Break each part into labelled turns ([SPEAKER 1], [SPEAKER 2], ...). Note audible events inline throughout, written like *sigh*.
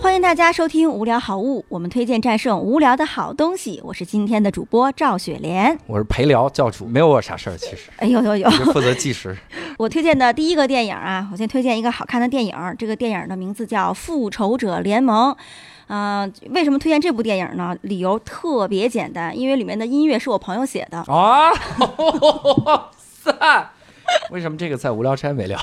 [SPEAKER 1] 欢迎大家收听《无聊好物》，我们推荐战胜无聊的好东西。我是今天的主播赵雪莲。
[SPEAKER 2] 我是陪聊教主，没有我啥事儿，其 *laughs* 实
[SPEAKER 1] 哎呦呦呦！
[SPEAKER 2] 就负责计时。
[SPEAKER 1] *laughs* 我推荐的第一个电影啊，我先推荐一个好看的电影，这个电影的名字叫《复仇者联盟》。嗯、为什么推荐这部电影呢？理由特别简单，因为里面的音乐是我朋友写的。
[SPEAKER 2] 啊！ *laughs* 哇塞！为什么这个在无聊斋没 *laughs* 聊？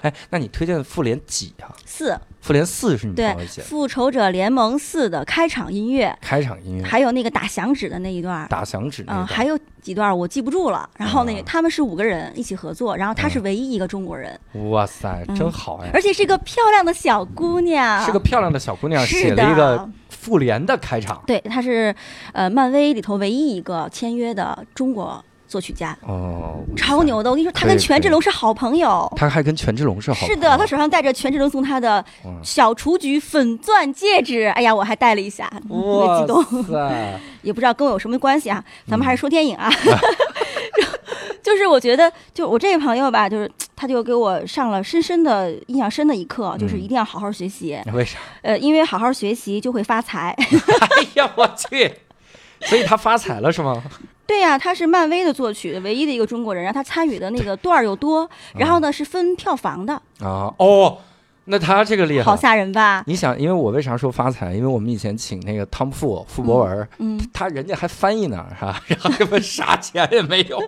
[SPEAKER 2] 哎，那你推荐复联几啊？
[SPEAKER 1] 四
[SPEAKER 2] 复联四是你
[SPEAKER 1] 对，
[SPEAKER 2] 朋友
[SPEAKER 1] 《
[SPEAKER 2] 写的
[SPEAKER 1] 复仇者联盟四》的开场音乐，
[SPEAKER 2] 开场音乐，
[SPEAKER 1] 还有那个打响指的那一段儿。
[SPEAKER 2] 打响指那
[SPEAKER 1] 嗯，
[SPEAKER 2] 段
[SPEAKER 1] 啊还有几段我记不住了。然后那
[SPEAKER 2] 啊
[SPEAKER 1] 他们是五个人一起合作，然后她是唯一一个中国人，
[SPEAKER 2] 哇塞，
[SPEAKER 1] 嗯
[SPEAKER 2] 真好哎！
[SPEAKER 1] 而且是个漂亮的小姑娘，
[SPEAKER 2] 是个漂亮的小姑娘
[SPEAKER 1] 啊是
[SPEAKER 2] 写了
[SPEAKER 1] 的
[SPEAKER 2] 一个复联的开场。
[SPEAKER 1] 对，他是呃漫威里头唯一一个签约的中国作曲家，
[SPEAKER 2] 哦，哇塞
[SPEAKER 1] 超！牛的！我跟你说，他
[SPEAKER 2] 可以
[SPEAKER 1] 跟权志龙是好朋友。
[SPEAKER 2] 他还跟权志龙是好朋友。
[SPEAKER 1] 是的，他手上戴着权志龙送他的
[SPEAKER 2] 嗯
[SPEAKER 1] 小雏菊粉钻戒指，哎呀，我还戴了一下，特别激动。
[SPEAKER 2] 哇塞！
[SPEAKER 1] 也不知道跟我有什么关系啊。咱们还是说电影
[SPEAKER 2] *laughs*
[SPEAKER 1] 啊，
[SPEAKER 2] 嗯
[SPEAKER 1] *laughs* 就就是我觉得，就我这个朋友吧，就是他就给我上了深深的印象深的一课，
[SPEAKER 2] 嗯
[SPEAKER 1] 就是一定要好好学习， *laughs*
[SPEAKER 2] 为啥？ *laughs*
[SPEAKER 1] 呃，因为好好学习就会发财。
[SPEAKER 2] 哎呀，我去！所以他发财了是吗？
[SPEAKER 1] 对呀、他是漫威的作曲唯一的一个中国人，然后他参与的那个段儿又多，然
[SPEAKER 2] 嗯
[SPEAKER 1] 后呢是分票房的，
[SPEAKER 2] 啊，哦，那他这个厉害
[SPEAKER 1] 好。吓人吧？
[SPEAKER 2] 你想，因为我为啥说发财？因为我们以前请那个汤富傅博文，
[SPEAKER 1] 嗯，
[SPEAKER 2] 他人家还翻译呢，是吧？ *laughs* 然后根本啥钱也没
[SPEAKER 1] *laughs*
[SPEAKER 2] 有。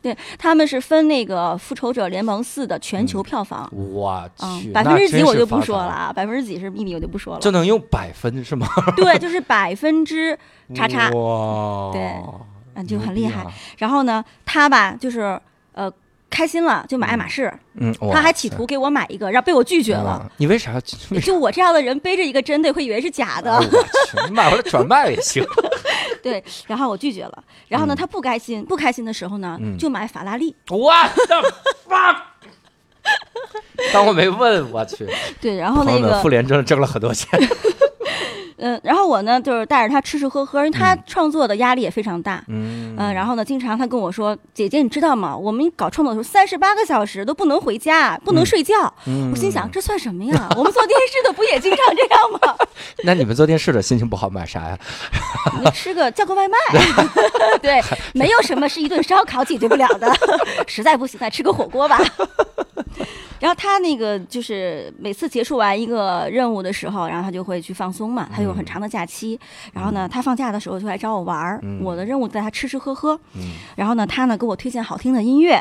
[SPEAKER 1] 对，他们是分那个《复仇者联盟四》的全球票房，
[SPEAKER 2] 我嗯去，
[SPEAKER 1] 嗯，百分之几
[SPEAKER 2] 那真是
[SPEAKER 1] 我就
[SPEAKER 2] 发
[SPEAKER 1] 不
[SPEAKER 2] 财
[SPEAKER 1] 说了，啊，百分之几是秘密我就不说了
[SPEAKER 2] 就，能用百分是吗？
[SPEAKER 1] 对，就是百分
[SPEAKER 2] *laughs*
[SPEAKER 1] 之 *laughs* 叉叉，
[SPEAKER 2] 哇，
[SPEAKER 1] 对嗯，就很
[SPEAKER 2] 牛
[SPEAKER 1] 厉
[SPEAKER 2] 逼
[SPEAKER 1] 害。
[SPEAKER 2] 啊。
[SPEAKER 1] 然后呢，他吧就是呃开心了就买爱马仕，
[SPEAKER 2] 嗯，
[SPEAKER 1] 他
[SPEAKER 2] 哇
[SPEAKER 1] 还企
[SPEAKER 2] 塞
[SPEAKER 1] 图给我买一个，然后被我拒绝了。
[SPEAKER 2] 啊你为啥？
[SPEAKER 1] *laughs*
[SPEAKER 2] 为啥？
[SPEAKER 1] 就我这样的人背着一个真的会以为是假的
[SPEAKER 2] *laughs* 哎，我去，你买回来转卖也行。 *laughs*
[SPEAKER 1] 对，然后我拒绝了。然后呢，他不开心，不开心的时候呢，
[SPEAKER 2] 嗯
[SPEAKER 1] 就买法拉利。
[SPEAKER 2] 我的
[SPEAKER 1] *laughs*
[SPEAKER 2] 妈！当我没问，我去。
[SPEAKER 1] 对，然后
[SPEAKER 2] 朋
[SPEAKER 1] 哦那
[SPEAKER 2] 友们，
[SPEAKER 1] 个
[SPEAKER 2] 妇，联真的挣了很多钱。 *laughs*
[SPEAKER 1] 嗯、然后我呢就是带着他吃吃喝喝，因为他创作的压力也非常大。
[SPEAKER 2] 嗯
[SPEAKER 1] 嗯，然后呢，经常他跟我说：“姐姐，你知道吗？我们搞创作的时候，三十八个小时都不能回家，不
[SPEAKER 2] 嗯
[SPEAKER 1] 能睡觉。我心想，这算什么呀？我们做电视的不也经常这样吗？ *laughs*
[SPEAKER 2] 那你们做电视的心情不好买啥呀？
[SPEAKER 1] 你吃个叫个外卖， *laughs* 对，没有什么是一顿烧烤解决不了
[SPEAKER 2] *laughs*
[SPEAKER 1] 的，实在不行再吃个火锅吧。 *laughs* 然后他那个就是每次结束完一个任务的时候，然后他就会去放松
[SPEAKER 2] 嗯
[SPEAKER 1] 嘛，他有很长的假期。然后呢，他放假的时候就来找我玩儿，
[SPEAKER 2] 嗯
[SPEAKER 1] 我的任务带他吃吃喝喝。
[SPEAKER 2] 嗯
[SPEAKER 1] 然后呢，他呢给我推荐好听的音乐，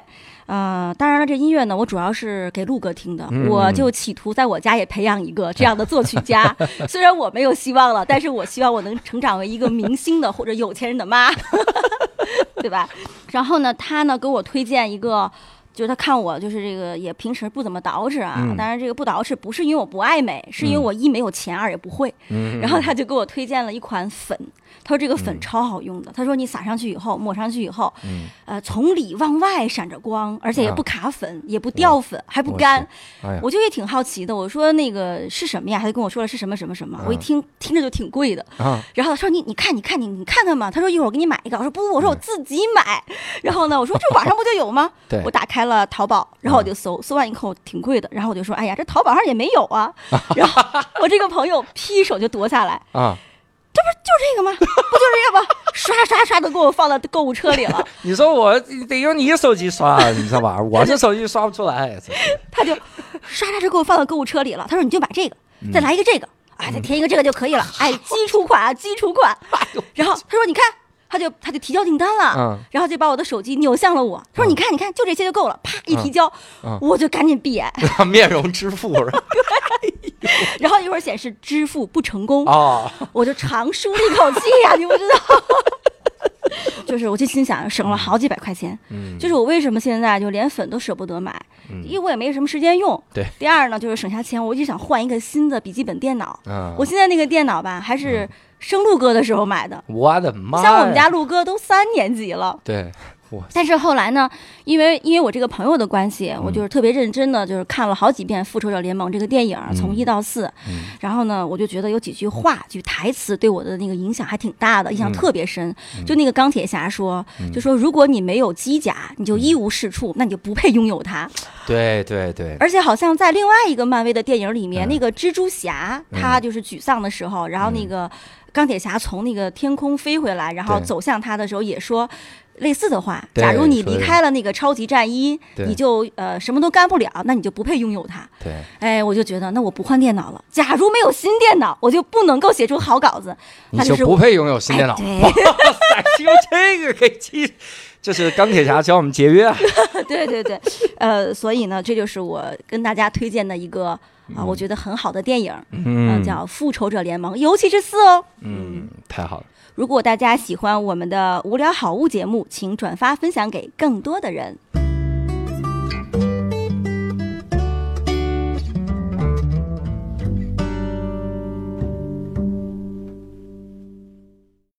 [SPEAKER 1] 呃，当然了，这音乐呢我主要是给陆哥听的，
[SPEAKER 2] 嗯
[SPEAKER 1] 我就企图在我家也培养一个这样的作曲
[SPEAKER 2] *laughs*
[SPEAKER 1] 家。虽然我没有希望了，但是我希望我能成长为一个明星的或者有钱人的妈，对吧？然后呢，他呢给我推荐一个。就是他看我，就是这个也平时不怎么捯饬啊，
[SPEAKER 2] 嗯
[SPEAKER 1] 当然这个不捯饬不是因为我不爱美，是因为我一没有钱，二也不会。
[SPEAKER 2] 嗯
[SPEAKER 1] 然后他就给我推荐了一款粉，他说这个粉超好用的，他说你撒上去以后，抹上去以后，
[SPEAKER 2] 嗯，
[SPEAKER 1] 呃，从里往外闪着光，而且也
[SPEAKER 2] 啊
[SPEAKER 1] 不卡粉，也不掉粉，还不干。
[SPEAKER 2] 哎呀，
[SPEAKER 1] 我就也挺好奇的，我说那个是什么呀？他就跟我说了是什么什么什么，我一
[SPEAKER 2] 啊
[SPEAKER 1] 听听着就挺贵的。
[SPEAKER 2] 啊，
[SPEAKER 1] 然后他说你你看你看你你看看嘛，他说一会儿我给你买一个，我说不不，我说我自己买。然后呢，我说这网上不就有吗？
[SPEAKER 2] 对
[SPEAKER 1] 我，打开了淘宝，然后我就搜，搜完以后挺贵的，然后我就说哎呀，这淘宝上也没有啊。然后我这个朋友劈手就夺下来，
[SPEAKER 2] 啊，
[SPEAKER 1] 这个吗？不就这个吗？刷刷刷的给我放到购物车里了。
[SPEAKER 2] 你说我得用你手机刷，啊 *laughs* 你这玩意儿，我这手机刷不出来。这
[SPEAKER 1] 他就刷刷就给我放到购物车里了。他说你就买这个，再来一个这个，哎，再添一个这个就可以了。哎，基础款啊，基础款。然后他说你看，他就他就提交订单了
[SPEAKER 2] 嗯，
[SPEAKER 1] 然后就把我的手机扭向了我，他说你看你看，就这些就够了。啪一提交
[SPEAKER 2] 嗯，
[SPEAKER 1] 我就赶紧闭
[SPEAKER 2] *laughs*
[SPEAKER 1] 眼，
[SPEAKER 2] 面容支付是吧？
[SPEAKER 1] 然后一会儿显示支付不成功，
[SPEAKER 2] *laughs* 哦，
[SPEAKER 1] 我就长舒了一口气
[SPEAKER 2] *laughs*
[SPEAKER 1] 呀，你不知道。 *laughs* 就是，我就心想省了好几百块钱。
[SPEAKER 2] 嗯
[SPEAKER 1] 就是我为什么现在就连粉都舍不得买，因为我也没什么时间用。
[SPEAKER 2] 对
[SPEAKER 1] 第二呢，就是省下钱，我就想换一个新的笔记本电脑。
[SPEAKER 2] 嗯
[SPEAKER 1] 我现在那个电脑吧，还是升陆哥的时候买的。
[SPEAKER 2] 我的妈！
[SPEAKER 1] 像我们家，陆哥都三年级了，
[SPEAKER 2] 对，哇塞
[SPEAKER 1] 但是后来呢，因为因为我这个朋友的关系，我就是特别认真的，就是看了好几遍《复仇者联盟》这个电影，从一到四。
[SPEAKER 2] 嗯
[SPEAKER 1] 然后呢，我就觉得有几句话、句台词对我的那个影响还挺大的，印象特别深。就那个钢铁侠说，就说如果你没有机甲，你就一无是处，那你就不配拥有它。
[SPEAKER 2] 对对对，
[SPEAKER 1] 而且好像在另外一个漫威的电影里面，
[SPEAKER 2] 嗯
[SPEAKER 1] 那个蜘蛛侠他就是沮丧的时候，然后那个钢铁侠从那个天空飞回来，然后
[SPEAKER 2] 对
[SPEAKER 1] 走向他的时候也说。类似的话，
[SPEAKER 2] 对
[SPEAKER 1] 假如你
[SPEAKER 2] 说的
[SPEAKER 1] 离开了那个超级战衣，
[SPEAKER 2] 对
[SPEAKER 1] 你就呃什么都干不了，那你就不配拥有它。
[SPEAKER 2] 对，
[SPEAKER 1] 哎，我就觉得那我不换电脑了。假如没有新电脑，我就不能够写出好稿子，
[SPEAKER 2] 你
[SPEAKER 1] 那
[SPEAKER 2] 就是不
[SPEAKER 1] 我
[SPEAKER 2] 配拥有新电脑。 *laughs*
[SPEAKER 1] 哎
[SPEAKER 2] 哇塞，只有这个可以记，这是钢铁侠教我们节约啊。
[SPEAKER 1] 对 *laughs* 对对，呃，所以呢，这就是我跟大家推荐的一个啊、我觉得很好的电影，
[SPEAKER 2] *laughs* 嗯
[SPEAKER 1] 呃叫《复仇者联盟》，尤其是四哦。
[SPEAKER 2] 嗯，太好了。
[SPEAKER 1] 如果大家喜欢我们的无聊好物节目，请转发分享给更多的人。